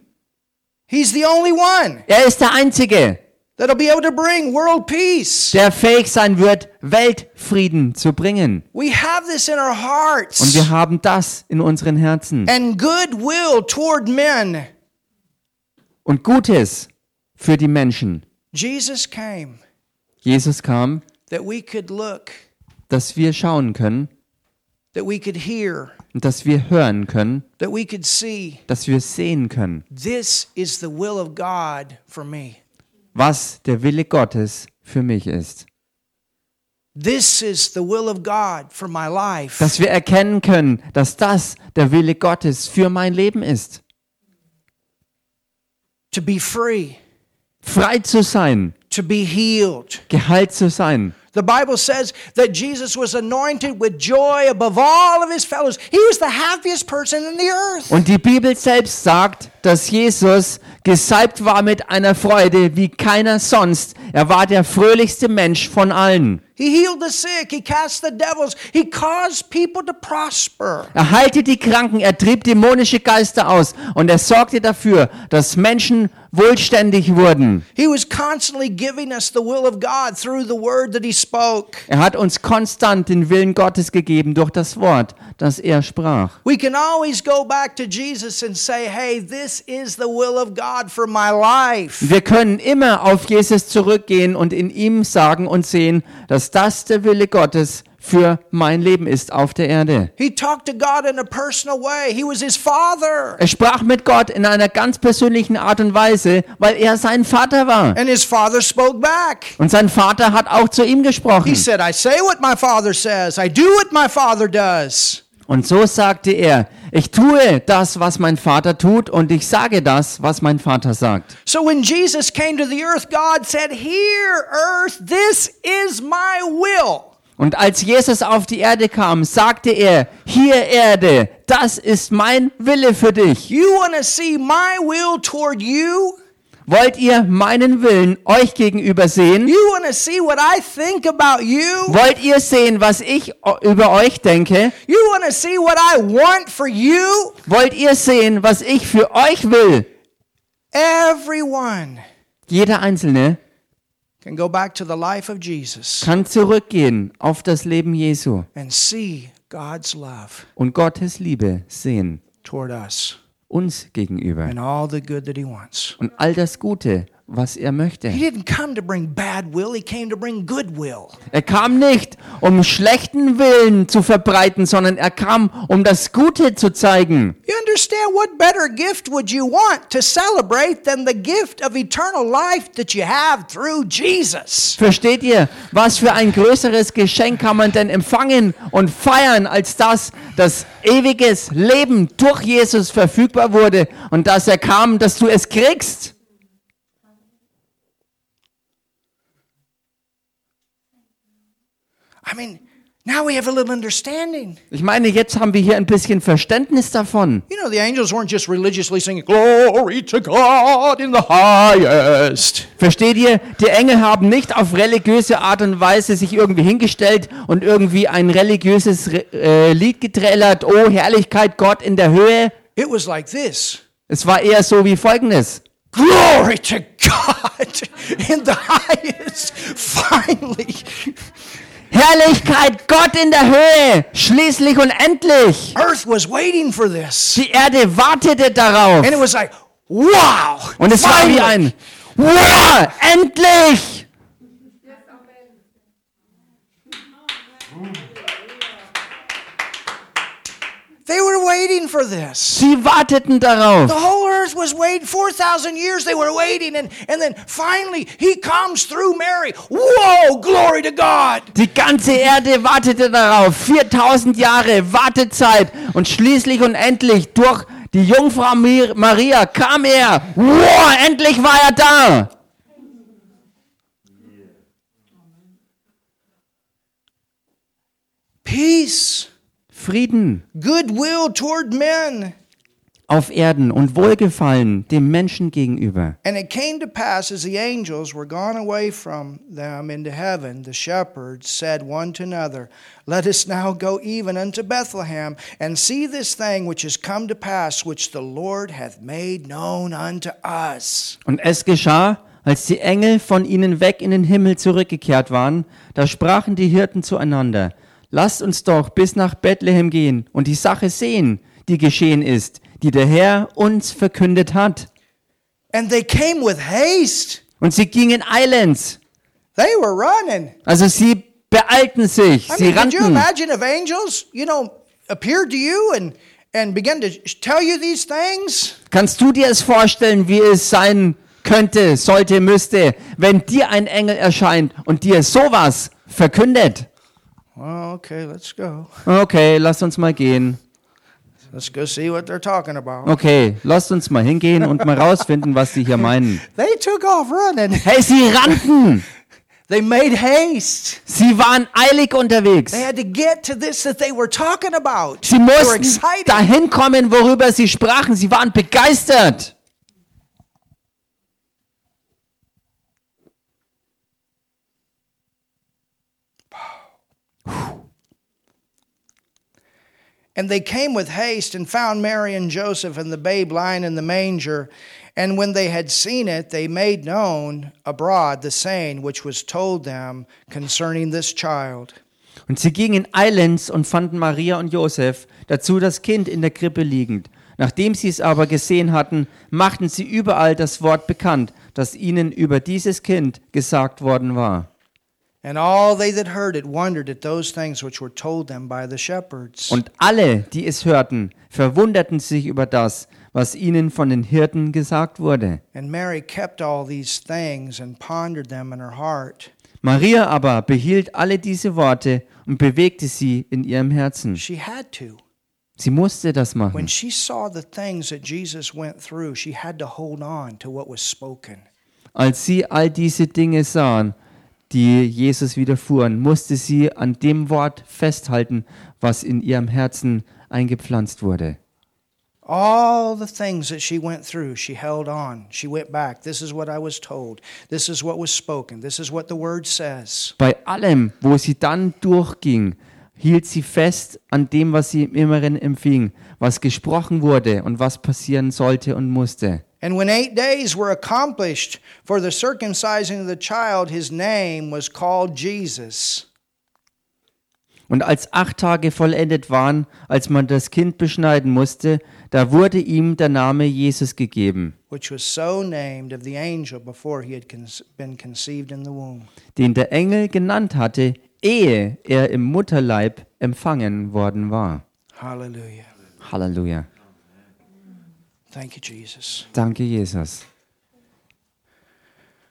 He's the only one
Er ist der Einzige,
that'll be able to bring world peace.
der fähig sein wird, Weltfrieden zu bringen.
We have this in our
Und
hearts
wir haben das in unseren Herzen.
and goodwill toward men.
Und Gutes für die Menschen.
Jesus came
Jesus kam,
that we could look,
dass wir schauen können,
that we could hear,
und dass wir hören können,
that we could see.
dass wir sehen können,
This is the will of God for me.
was der Wille Gottes für mich ist.
This is the will of God for my life.
dass wir erkennen können, dass das der Wille Gottes für mein Leben ist.
to be free,
Frei zu sein,
to be healed.
geheilt zu sein.
The Bible says that Jesus was anointed with joy above all of his fellows. He was the happiest person in the earth.
Und die Bibel selbst sagt, dass Jesus gesalbt war mit einer Freude wie keiner sonst. Er war der fröhlichste Mensch von allen.
He healed the sick, he cast the devils, he caused people to prosper.
Er heilte die Kranken, er trieb dämonische Geister aus und er sorgte dafür, dass Menschen wohlständig wurden.
He was constantly giving us the will of God through the word that he spoke.
Er hat uns konstant den Willen Gottes gegeben durch das Wort, das er sprach.
We can always go back to Jesus and say, hey, this is the will of God for my life.
Wir können immer auf Jesus zurückgehen und in ihm sagen und sehen, dass das der Wille Gottes für mein Leben ist auf der Erde.
He talked to God in a personal way. He was his father.
Er sprach mit Gott in einer ganz persönlichen Art und Weise, weil er sein Vater war.
And his father spoke back.
Und sein Vater hat auch zu ihm
He
gesprochen.
said, I say what my father says, I do what my father does.
Und so sagte er, ich tue das, was mein Vater tut und ich sage das, was mein Vater sagt.
So when Jesus came to the earth, God said, Here, earth, this is my will.
Und als Jesus auf die Erde kam, sagte er, hier Erde, das ist mein Wille für dich.
You want to see my will toward you?
Wollt ihr meinen Willen euch gegenüber sehen?
You want to see what I think about you?
Wollt ihr sehen, was ich o- über euch denke?
You want to see what I want for you?
Wollt ihr sehen, was ich für euch will?
Everyone
Jeder Einzelne
can go back to the life of Jesus
kann zurückgehen auf das Leben Jesu
and see God's love
und Gottes Liebe sehen,
toward us.
uns gegenüber
and all the good that he wants.
und all das Gute, was er
He
möchte.
didn't come to bring bad will, he came to bring goodwill.
Er kam nicht, um schlechten Willen zu verbreiten, sondern er kam, um das Gute zu zeigen.
You understand what better gift would you want to celebrate than the gift of eternal life that you have through Jesus?
Versteht ihr, was für ein größeres Geschenk kann man denn empfangen und feiern, als das, dass ewiges Leben durch Jesus verfügbar wurde und dass er kam, dass du es kriegst?
I mean, Now we have a little understanding.
Ich meine, jetzt haben wir hier ein bisschen Verständnis davon.
You know, the angels weren't just religiously singing, Glory to God in the highest.
Versteht ihr? Die Engel haben nicht auf religiöse Art und Weise sich irgendwie hingestellt und irgendwie ein religiöses Re- äh, Lied geträllert. Oh, Herrlichkeit Gott in der Höhe.
It was like this
Es war eher so wie folgendes.
Glory to God (laughs) in the highest. Finally,
Herrlichkeit Gott in der Höhe. Schließlich und endlich.
earth was waiting for this.
Die Erde wartete darauf.
And it was like, wow.
Und es war wie
finally.
ein Wow, endlich!
They were waiting for this.
Sie warteten
The
darauf.
whole earth was waiting. 4,000 years they were waiting. And, and then finally, he comes through Mary. Whoa, glory to God.
Die ganze Erde wartete darauf. 4000 Jahre Wartezeit und schließlich und endlich durch die Jungfrau Mi- Maria kam er. Wow, endlich war er da.
Peace,
Frieden
goodwill toward men.
auf Erden und Wohlgefallen dem Menschen gegenüber.
And it came to pass as the angels were gone away from them into heaven, the shepherds said one to another, Let us now go even unto Bethlehem and see this thing which is come to pass, which the Lord hath made known unto us.
Und es geschah, als die Engel von ihnen weg in den Himmel zurückgekehrt waren, da sprachen die Hirten zueinander, Lasst uns doch bis nach Bethlehem gehen und die Sache sehen, die geschehen ist, die der Herr uns verkündet hat.
And they came with haste.
Und sie gingen eilends,
They were running.
also sie beeilten sich,
I
sie
mean, could you
rannten.
imagine if angels, you know, appeared to you and, and began to sh- tell you these things?
Kannst du dir es vorstellen, wie es sein könnte, sollte, müsste, wenn dir ein Engel erscheint und dir sowas verkündet?
Well, okay, let's go.
Okay, lasst uns mal gehen.
Let's go see what they're talking about.
Okay, lasst uns mal hingehen und mal rausfinden, was die hier meinen.
They took off running.
Hey, sie rannten!
They made haste.
Sie waren eilig unterwegs.
They had to get to this that they were talking about.
Sie
they were
mussten
excited.
dahin kommen, worüber sie sprachen. Sie waren begeistert.
And they came with haste and found Mary and Joseph and the babe lying in the manger. And when they had seen it, they made known abroad the saying which was told them concerning this child.
Und sie gingen eilends und fanden Maria und Josef, dazu das Kind in der Krippe liegend. Nachdem sie es aber gesehen hatten, machten sie überall das Wort bekannt, das ihnen über dieses Kind gesagt worden war.
And all they that heard it wondered at those things which were told them by the shepherds.
Und alle, die es hörten, verwunderten sich über das, was ihnen von den Hirten gesagt wurde.
And Mary kept all these things and pondered them in her heart.
Maria aber behielt alle diese Worte und bewegte sie in ihrem Herzen.
She had to.
Sie musste das
When
machen.
she saw the things that Jesus went through, she had to hold on to what was spoken.
Als sie all diese Dinge sahen, die Jesus widerfuhren, musste sie an dem Wort festhalten, was in ihrem Herzen eingepflanzt wurde.
All the things that she went through, she held on. She went back. This is what I was told. This is what was spoken. This is what the word says.
Bei allem, wo sie dann durchging, hielt sie fest an dem, was sie im Inneren empfing, was gesprochen wurde und was passieren sollte und musste.
And when eight days were accomplished for the circumcising of the child, his name was called Jesus,
Und als acht Tage vollendet waren, als man das Kind beschneiden musste, da wurde ihm der Name Jesus gegeben,
which was so named of the angel before he had con- been conceived in the womb.
den der Engel genannt hatte, ehe er im Mutterleib empfangen worden war.
Hallelujah.
Halleluja.
Thank you, Jesus.
Danke, Jesus.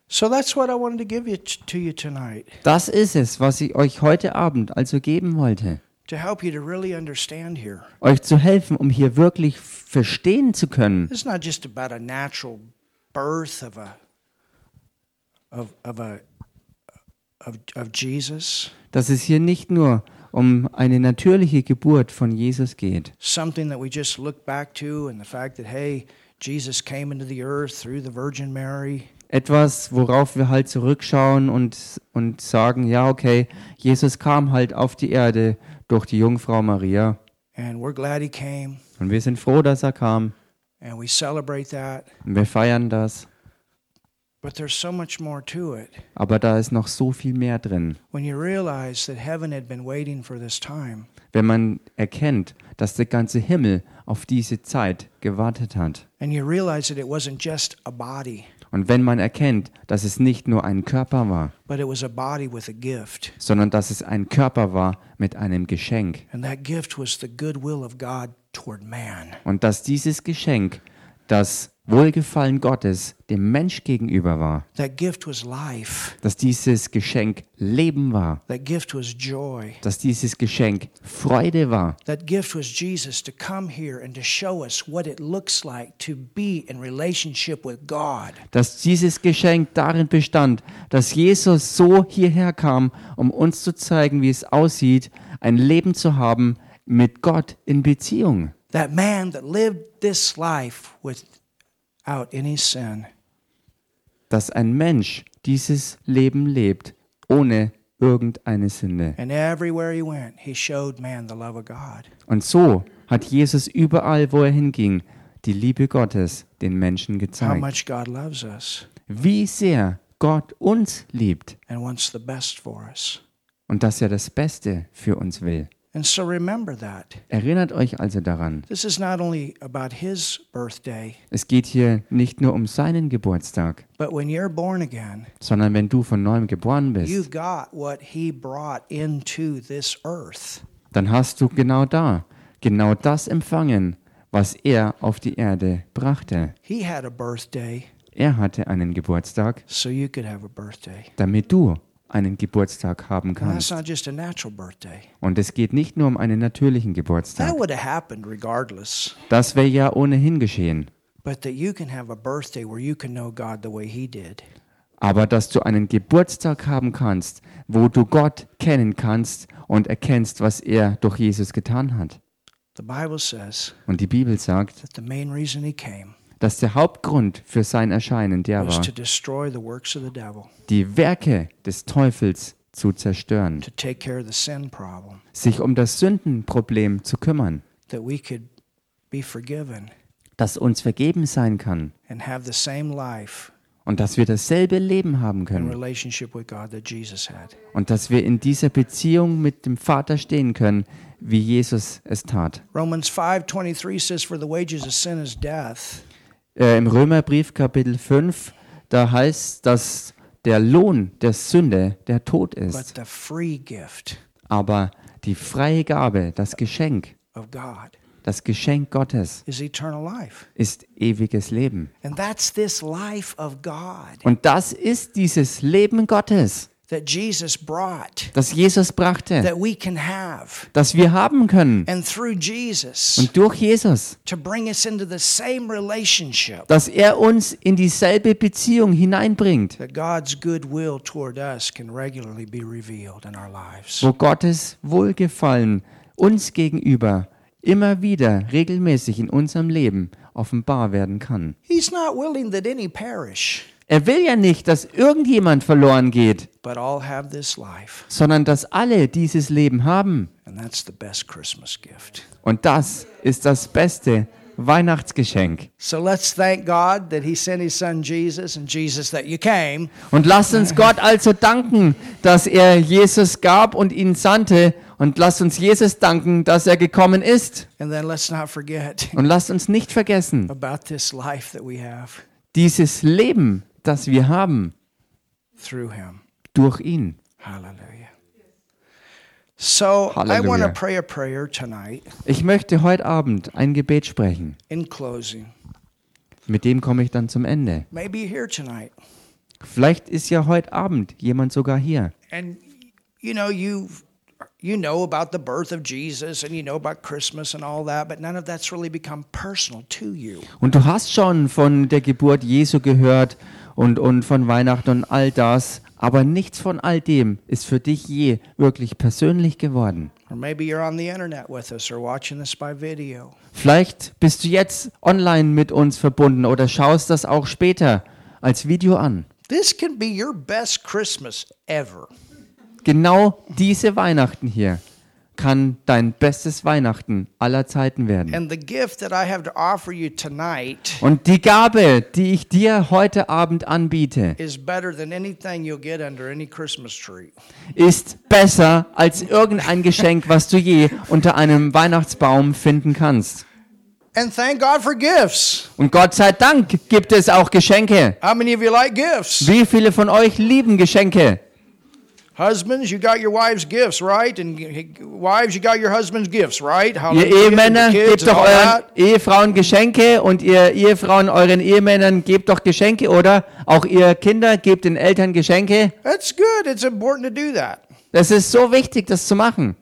So that's what I wanted to give you t- to you tonight
Das ist es, was ich euch heute Abend also geben wollte.
to help you to really understand here.
euch zu helfen, um hier wirklich verstehen zu können.
It's not just about a natural birth of a of of a of, of Jesus.
Dass es hier nicht nur um eine natürliche Geburt von Jesus geht.
Something that we just look back to and the fact that, hey, Jesus came into the earth through the Virgin Mary.
Etwas, worauf wir halt zurückschauen und, und sagen, ja, okay, Jesus kam halt auf die Erde durch die Jungfrau Maria.
And we're glad he came.
Und wir sind froh, dass er kam.
And we celebrate that.
Und wir feiern das.
But there's so much more to it
Aber da ist noch so viel mehr drin.
when you realize that heaven had been waiting for this time.
Wenn man erkennt, dass der ganze Himmel auf diese Zeit gewartet hat.
And you realize that it wasn't just a body,
Und wenn man erkennt, dass es nicht nur ein Körper war,
but it was a body with a gift.
sondern dass es ein Körper war mit einem Geschenk.
And that gift was the goodwill of God toward man.
Und dass dieses Geschenk das Wohlgefallen Gottes dem Mensch gegenüber war.
That gift was life.
Dass dieses Geschenk Leben war.
That gift was joy.
Dass dieses Geschenk Freude war.
That gift was Jesus to come here and to show us what it looks like to be in relationship with God.
Dass dieses Geschenk darin bestand, dass Jesus so hierher kam, um uns zu zeigen, wie es aussieht, ein Leben zu haben mit Gott in Beziehung.
That man that lived this life without any sin
Dass ein Mensch dieses Leben lebt, ohne irgendeine Sünde.
And everywhere he went, he showed man the love of God.
Und so hat Jesus überall, wo er hinging, die Liebe Gottes den Menschen
How
gezeigt.
much God loves us
Wie sehr Gott uns liebt
and wants the best for us.
und dass er das Beste für uns will.
And so remember that.
Erinnert euch also daran,
This is not only about his birthday,
es geht hier nicht nur um seinen Geburtstag,
but when you're born again,
sondern wenn du von neuem geboren
you
bist,
got what he brought into this earth.
dann hast du genau da, genau das empfangen, was er auf die Erde brachte.
He had a birthday
Er hatte einen Geburtstag,
so you could have a birthday.
damit du einen Geburtstag haben
And that's
kannst.
not just a natural birthday.
Und es geht nicht nur um einen natürlichen Geburtstag.
That would have happened regardless,
Das wäre ja ohnehin geschehen.
but that you can have a birthday where you can know God the way he did.
Aber dass du einen Geburtstag haben kannst, wo du Gott kennen kannst und erkennst, was er durch Jesus getan hat.
The Bible says
Und die Bibel sagt,
that the main reason he came
dass der Hauptgrund für sein Erscheinen der
was
war,
to destroy the works of the devil,
die Werke des Teufels zu zerstören,
to take care of the sin problem,
sich um das Sündenproblem zu kümmern,
that we could be forgiven
das uns vergeben sein kann
and have the same life
und dass wir dasselbe Leben haben
in
können
relationship with God that Jesus had.
und dass wir in dieser Beziehung mit dem Vater stehen können, wie Jesus es tat.
Romans 5:23 says for the wages of sin is death,
äh, im Römerbrief Kapitel 5, da heißt, dass der Lohn der Sünde der Tod
but
ist,
the free gift
aber die freie Gabe, das Geschenk,
of God
das Geschenk Gottes
is eternal life.
ist ewiges Leben.
And that's this life of God
Und das ist dieses Leben Gottes,
that Jesus brought
das Jesus brachte,
that we can have.
das wir haben können
And through Jesus
und durch Jesus,
to bring us into the same relationship
dass er uns in dieselbe Beziehung hineinbringt,
that God's good will toward us can regularly be revealed in our lives.
wo Gottes Wohlgefallen uns gegenüber immer wieder regelmäßig in unserem Leben offenbar werden kann.
He's not willing that any perish,
Er will ja nicht, dass irgendjemand verloren geht,
but all have this life.
sondern dass alle dieses Leben haben.
And that's the best Christmas gift.
Und das ist das beste Weihnachtsgeschenk.
So let's thank God that He sent His Son Jesus and Jesus that you came
Und lasst uns Gott also danken, dass er Jesus gab und ihn sandte. Und lasst uns Jesus danken, dass er gekommen ist.
and then let's not forget (laughs)
Und lasst uns nicht vergessen,
about this life that we have
dieses Leben, das wir haben,
through Him.
durch ihn.
Hallelujah. So I want to
Hallelujah.
pray a prayer tonight
Ich möchte heute Abend ein Gebet sprechen.
in closing.
Mit dem komme ich dann zum Ende.
Maybe you're here tonight
Vielleicht ist ja heute Abend jemand sogar hier.
and you know you you know about the birth of Jesus and you know about Christmas and all that, but none of that's really become personal to you.
Und du hast schon von der Geburt Jesu gehört und, und von Weihnachten und all das, Aber nichts von all dem ist für dich je wirklich persönlich geworden.
Or maybe you're on the internet with us or watching this by video.
Vielleicht bist du jetzt online mit uns verbunden oder schaust das auch später als Video an.
This can be your best Christmas ever.
Genau diese Weihnachten hier kann dein bestes Weihnachten aller Zeiten werden.
And the gift that I have to offer you tonight
Und die Gabe, die ich dir heute Abend anbiete,
is better than anything you'll get under any Christmas tree.
ist besser als irgendein Geschenk, was du je unter einem Weihnachtsbaum finden kannst.
And thank God for gifts.
Und Gott sei Dank gibt es auch Geschenke.
How many of you like gifts?
Wie viele von euch lieben Geschenke?
Husbands, you got your wives' gifts, right? And g- wives, you got your husbands' gifts, right? How
Ihr Ehemänner, gebt doch euren Ehefrauen Geschenke und ihr Ehefrauen euren Ehemänner gebt doch Geschenke, oder? Auch ihr Kinder gebt den Eltern Geschenke.
That's good. It's important to do that.
Das ist so wichtig, das zu machen.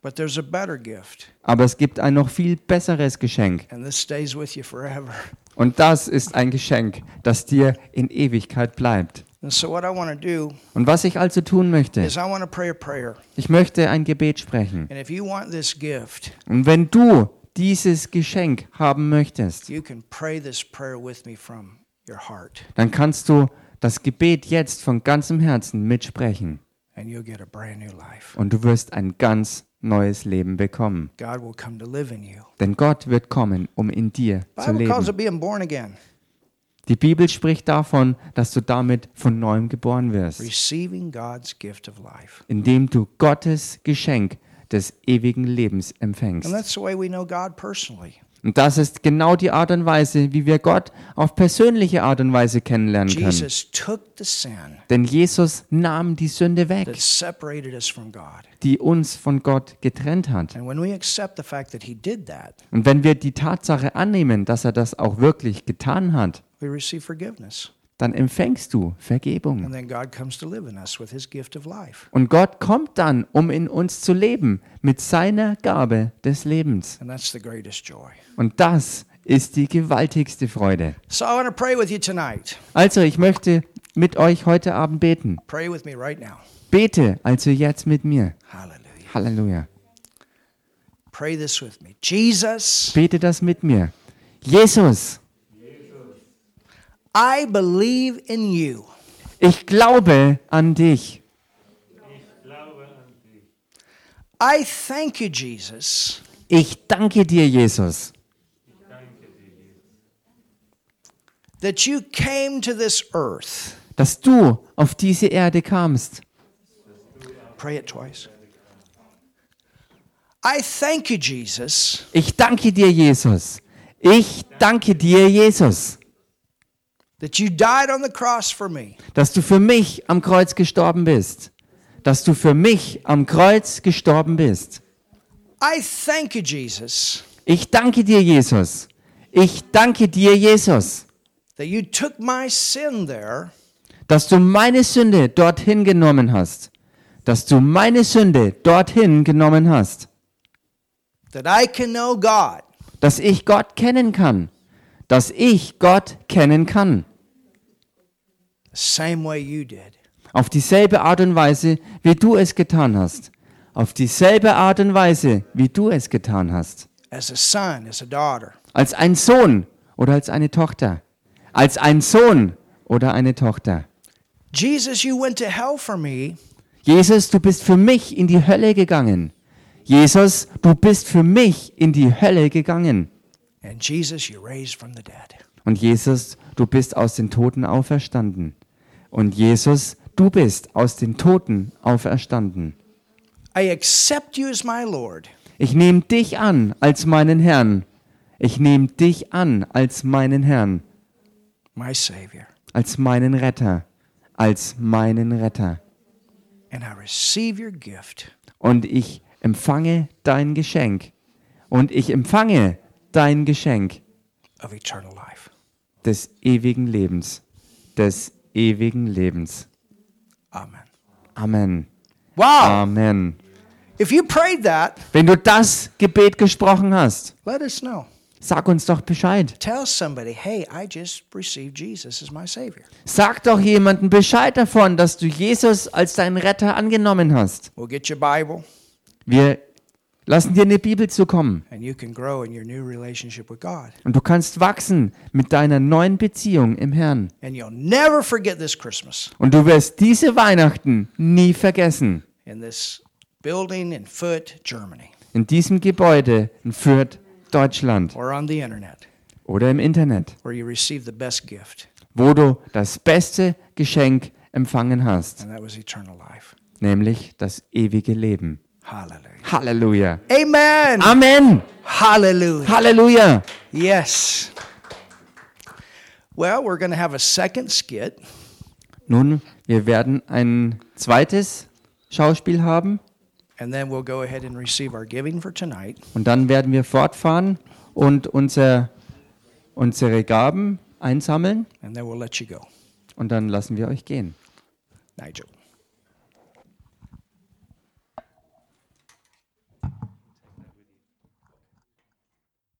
But there's a better gift,
Aber es gibt ein noch viel besseres Geschenk.
and this stays with you forever.
Und das ist ein Geschenk, das dir in Ewigkeit bleibt.
And so, what I want to do
Und was ich also tun möchte,
is I want to pray a prayer.
ich möchte ein Gebet sprechen.
And if you want this gift,
Und wenn du dieses Geschenk haben möchtest,
you can pray this prayer with me from your heart,
dann kannst du das Gebet jetzt von ganzem Herzen mitsprechen.
and you'll get a brand new life.
und du wirst ein ganz neues Leben bekommen.
God will come to live in you.
Denn Gott wird kommen, um in dir zu
Bible calls
leben.
it being born again,
Die Bibel spricht davon, dass du damit von neuem geboren wirst,
receiving God's gift of life.
indem du Gottes Geschenk des ewigen Lebens
And
empfängst.
that's the way we know God personally.
Und das ist genau die Art und Weise, wie wir Gott auf persönliche Art und Weise kennenlernen können.
Jesus took the sin
Denn Jesus nahm die Sünde
that
weg,
separated us from God.
die uns von Gott getrennt hat.
And when we accept the fact that He did that,
Und wenn wir die Tatsache annehmen, dass er das auch wirklich getan hat,
we receive forgiveness.
dann empfängst du Vergebung.
And then God comes to live in us with His gift of life.
Und Gott kommt dann, um in uns zu leben, mit seiner Gabe des Lebens.
And that's the greatest joy.
Und das ist die gewaltigste Freude.
So I want to pray with you tonight.
Also, ich möchte mit euch heute Abend beten.
Pray with me right now.
Bete also jetzt mit mir.
Hallelujah.
Halleluja.
Pray this with me. Jesus,
Bete das mit mir. Jesus,
I believe in you.
ich glaube an dich.
I thank you, Jesus,
Ich danke dir, Jesus,
that you came to this earth.
dass du auf diese Erde kamst.
Pray it twice. I thank you, Jesus,
Ich danke dir, Jesus. Ich danke dir, Jesus,
that you died on the cross for me.
dass du für mich am Kreuz gestorben bist. Dass du für mich am Kreuz gestorben bist.
I thank you, Jesus,
Ich danke dir, Jesus. Ich danke dir, Jesus,
that you took my sin there
dass du meine Sünde dorthin genommen hast. Dass du meine Sünde dorthin genommen hast.
that I can know God.
Dass ich Gott kennen kann. Dass ich Gott kennen kann.
the same way you did.
Auf dieselbe Art und Weise, wie du es getan hast. Auf dieselbe Art und Weise, wie du es getan hast.
As a son, as a daughter,
als ein Sohn oder als eine Tochter, als ein Sohn oder eine Tochter.
Jesus, you went to hell for me
Jesus, du bist für mich in die Hölle gegangen. Jesus, du bist für mich in die Hölle gegangen.
And Jesus, you raised from the dead.
Und Jesus, du bist aus den Toten auferstanden. Und Jesus, du bist aus den Toten auferstanden.
I accept you as my Lord.
Ich nehme dich an als meinen Herrn. Ich nehme dich an als meinen Herrn,
my Savior,
als meinen Retter, als meinen Retter.
and I receive your gift
und ich empfange dein Geschenk. Und ich empfange dein Geschenk
of eternal life.
des ewigen Lebens. Des ewigen Lebens.
Amen.
Amen.
Wow.
Amen.
if you prayed that,
Wenn du das Gebet gesprochen hast,
let us know.
Sag uns doch Bescheid.
Tell somebody, hey, I just received Jesus as my Savior.
Sag doch jemandem Bescheid davon, dass du Jesus als deinen Retter angenommen hast.
We'll get your Bible,
Wir lassen dir eine Bibel zukommen
and you can grow in your new relationship with God.
und du kannst wachsen mit deiner neuen Beziehung im Herrn.
And you'll never forget this Christmas
Und du wirst diese Weihnachten nie vergessen.
in this building in Fürth, Germany,
In diesem Gebäude in Fürth, Deutschland
or on the internet,
oder im Internet,
where you receive the best gift,
wo du das beste Geschenk empfangen hast,
and that was eternal life.
nämlich das ewige Leben.
Hallelujah.
Halleluja.
Amen.
Amen.
Hallelujah.
Halleluja.
Yes. Well, we're going to have a second skit.
Nun, wir werden ein zweites Schauspiel haben
And then we'll go ahead and receive our giving for tonight.
und dann werden wir fortfahren und unser, unsere Gaben einsammeln
And then we'll let you go.
und dann lassen wir euch gehen.
Nigel.